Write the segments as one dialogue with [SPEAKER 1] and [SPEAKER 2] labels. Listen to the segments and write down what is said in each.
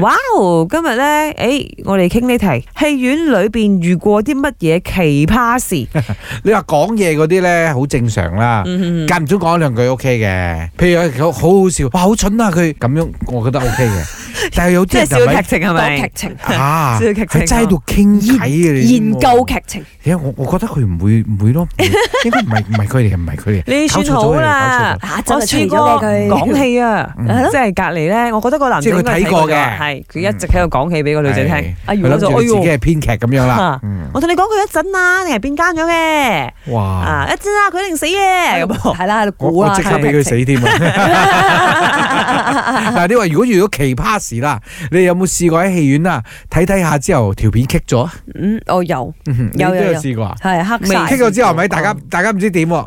[SPEAKER 1] 哇哦！今日咧，诶、我哋倾呢题戏院里边遇过啲乜嘢奇葩事？
[SPEAKER 2] 你話講嘢嗰啲咧好正常啦，
[SPEAKER 1] 嗯
[SPEAKER 2] 間唔中講一兩句 O K 嘅。譬如有好好好笑，哇好蠢啊佢咁樣，我覺得 O K 嘅。但係有啲
[SPEAKER 1] 即系
[SPEAKER 2] 人
[SPEAKER 1] 小
[SPEAKER 2] 就咪
[SPEAKER 1] 剧情系
[SPEAKER 3] 講
[SPEAKER 1] 咪
[SPEAKER 3] 劇？情，
[SPEAKER 2] 啊，
[SPEAKER 1] 小劇情
[SPEAKER 2] 佢真係喺度傾偈嘅，你知
[SPEAKER 3] 研
[SPEAKER 2] 冇
[SPEAKER 3] 究劇情，
[SPEAKER 2] 咦我我覺得佢唔會唔會 咯，唔會應該唔係唔係佢哋，唔係佢哋。
[SPEAKER 1] 你算好啦
[SPEAKER 2] 搞錯咗，
[SPEAKER 3] 啊真
[SPEAKER 1] 我
[SPEAKER 3] 係除
[SPEAKER 1] 試過
[SPEAKER 3] 咗你句，
[SPEAKER 1] 講戲啊，
[SPEAKER 2] 嗯
[SPEAKER 3] 係咯
[SPEAKER 1] 即係隔離咧，我覺得個男仔
[SPEAKER 2] 即係佢
[SPEAKER 1] 應該
[SPEAKER 2] 睇過嘅
[SPEAKER 1] 係佢一直喺度講戲俾個女仔聽。
[SPEAKER 2] 係
[SPEAKER 1] 阿如
[SPEAKER 2] 佢
[SPEAKER 1] 我
[SPEAKER 2] 諗住
[SPEAKER 1] 就
[SPEAKER 2] 佢
[SPEAKER 1] 哎
[SPEAKER 2] 自己
[SPEAKER 1] 呦，
[SPEAKER 2] 係編劇咁樣啦
[SPEAKER 1] 嚇。
[SPEAKER 2] 嗯
[SPEAKER 1] 我同你講佢一陣啦，定係變奸咗嘅
[SPEAKER 2] 哇！
[SPEAKER 1] 啊，一陣啦，佢一定死嘅咁喎。
[SPEAKER 3] 係啦，喺度
[SPEAKER 2] 我
[SPEAKER 3] 估
[SPEAKER 2] 我
[SPEAKER 3] 啊，
[SPEAKER 2] 即刻俾佢死添 啊！ 但係你話如果遇到奇葩事啦，你有冇試過喺戲院啊睇睇下之後條片棘咗啊？
[SPEAKER 3] 嗯，我有，
[SPEAKER 2] 嗯你
[SPEAKER 3] 有
[SPEAKER 2] 都
[SPEAKER 3] 有
[SPEAKER 2] 有
[SPEAKER 3] 有
[SPEAKER 2] 試過啊？
[SPEAKER 3] 係黑
[SPEAKER 1] 未
[SPEAKER 3] 晒。
[SPEAKER 2] 棘咗之後咪大家
[SPEAKER 3] 嗯
[SPEAKER 2] 大家唔知點喎？誒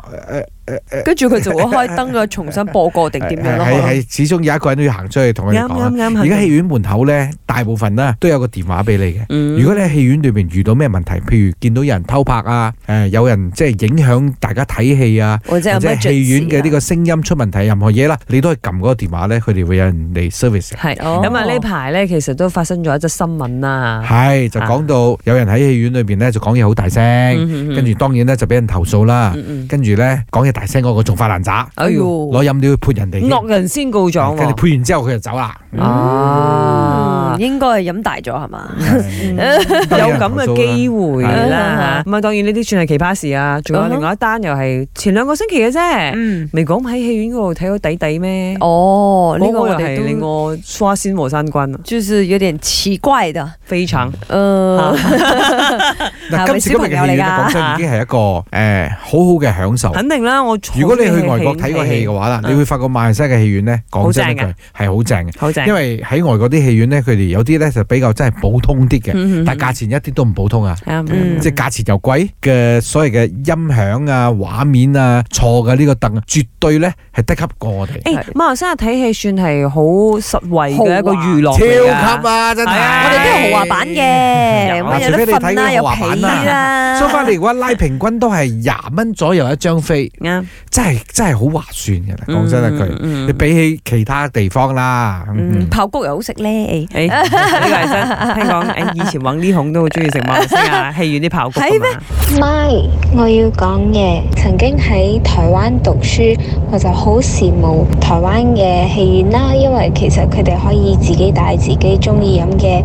[SPEAKER 3] 跟住佢就會開燈啊，重新播過定點樣咯。哦
[SPEAKER 2] 係係，始終有一個人都要行出去同佢哋
[SPEAKER 1] 啱
[SPEAKER 2] 講啊
[SPEAKER 1] 啱。啱，
[SPEAKER 2] 而家戲院門口咧，大部分啦都有個電話俾你嘅。
[SPEAKER 1] 如
[SPEAKER 2] 如果你喺戲院裏面遇到咩問題，譬如見到有人偷拍啊，誒、有人即係影響大家睇戲啊，
[SPEAKER 3] 或者
[SPEAKER 2] 或
[SPEAKER 3] 有
[SPEAKER 2] 者係
[SPEAKER 3] 咩
[SPEAKER 2] 戲院嘅呢個聲音出問題，任何嘢啦，你都係撳嗰個電話咧，佢哋會有人嚟 service 嘅。
[SPEAKER 1] 係
[SPEAKER 3] 哦
[SPEAKER 1] 咁啊，呢排咧其實都發生咗一則新聞啊啦。
[SPEAKER 2] 係就講到有人喺戲院裏邊咧就講嘢好大聲，跟
[SPEAKER 1] 跟
[SPEAKER 2] 住當然咧就俾人投訴啦，跟住咧講嘢大聲嗰個仲發爛渣，
[SPEAKER 1] 哎呦，
[SPEAKER 2] 攞飲料去潑人哋添，
[SPEAKER 1] 惡人先告狀
[SPEAKER 2] 跟住
[SPEAKER 1] 喎。
[SPEAKER 2] 潑完之後佢就走啦。
[SPEAKER 1] 啊
[SPEAKER 3] 嗯，應該係飲大咗係嘛？
[SPEAKER 1] 嗯
[SPEAKER 2] 係
[SPEAKER 1] 有咁嘅機會啦
[SPEAKER 3] 係
[SPEAKER 1] 嚇，咁啊當然呢啲算係奇葩事啊，仲有
[SPEAKER 3] 嗯哼
[SPEAKER 1] 另外一單又係前兩個星期嘅啫，
[SPEAKER 3] 嗯，
[SPEAKER 1] 未講喺戲院嗰度睇到底底咩？
[SPEAKER 3] 哦，呢
[SPEAKER 1] 嗰
[SPEAKER 3] 個
[SPEAKER 1] 個
[SPEAKER 3] 我
[SPEAKER 1] 又
[SPEAKER 3] 哋
[SPEAKER 1] 係令
[SPEAKER 3] 都
[SPEAKER 1] 我刷新和三觀啊，
[SPEAKER 3] 就是有點奇怪的，
[SPEAKER 1] 非常
[SPEAKER 3] 呃，
[SPEAKER 1] 啊
[SPEAKER 2] 嗱，今時今日嘅戲院咧，講真已經係一個誒好好嘅享受。
[SPEAKER 1] 肯定啦，我
[SPEAKER 2] 如果你去外國睇過戲嘅話啦，
[SPEAKER 1] 嗯
[SPEAKER 2] 你會發覺馬來西亞嘅戲院咧，講真一句
[SPEAKER 1] 好正
[SPEAKER 2] 係好正嘅，
[SPEAKER 1] 好正，
[SPEAKER 2] 因為喺外國啲戲院咧，佢哋有啲咧就比較真係普通啲嘅，
[SPEAKER 1] 為
[SPEAKER 2] 但價錢一啲都唔普通啊！
[SPEAKER 1] 啱
[SPEAKER 3] 嗯
[SPEAKER 2] 即係價錢又貴嘅，所謂嘅音響啊、畫面啊、坐嘅呢個凳，絕對咧係低級過我哋，
[SPEAKER 1] 誒馬來西亞睇戲算係好實惠嘅一個娛樂
[SPEAKER 2] 超級啊！真係，
[SPEAKER 1] 係啊
[SPEAKER 3] 我哋都有豪華版 嘅，
[SPEAKER 1] 有
[SPEAKER 3] 咁啊有
[SPEAKER 2] 除非
[SPEAKER 3] 得
[SPEAKER 2] 你睇
[SPEAKER 3] 瞓啦，
[SPEAKER 2] 嗰個
[SPEAKER 3] 有
[SPEAKER 2] 豪華版
[SPEAKER 3] 被
[SPEAKER 2] 啦
[SPEAKER 3] 啦，
[SPEAKER 2] 收翻嚟嘅話，拉平均都係廿蚊左右一張飛，
[SPEAKER 1] 啱，
[SPEAKER 2] 真係真係好划算嘅啦。講真一句，你
[SPEAKER 1] 句
[SPEAKER 2] 比起其他地方啦，嗯
[SPEAKER 3] 嗯爆谷又好食咧。
[SPEAKER 1] 誒呢個係真，聽講誒以前揾呢孔都好中意食馬來西亞戲院啲爆谷㗎嘛
[SPEAKER 3] 係
[SPEAKER 4] 咪，我要講嘢。曾經喺台灣讀書，我就好羨慕台灣嘅戲院啦，因為其實佢哋可以自己帶自己中意飲嘅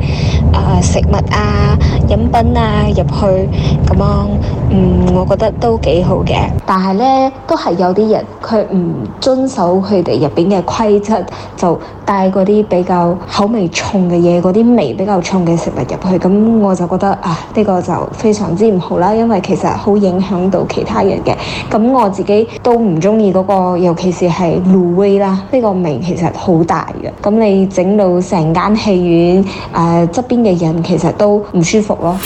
[SPEAKER 4] 啊食物啊、飲品啊入去，咁樣嗯，我覺得都幾好嘅。但係呢，都係有啲人佢唔遵守佢哋入邊嘅規則，就帶嗰啲比較口味重嘅嘢，嗰啲味比較重嘅食物入去，咁我就覺得啊，呢、個就非常之唔好啦，因為其實好影響到其他人嘅。咁我自己都唔中意嗰個，尤其是係滷味啦，呢、個味其實好大嘅。咁呃你整到成間戲院誒側邊嘅人其實都唔舒服咯。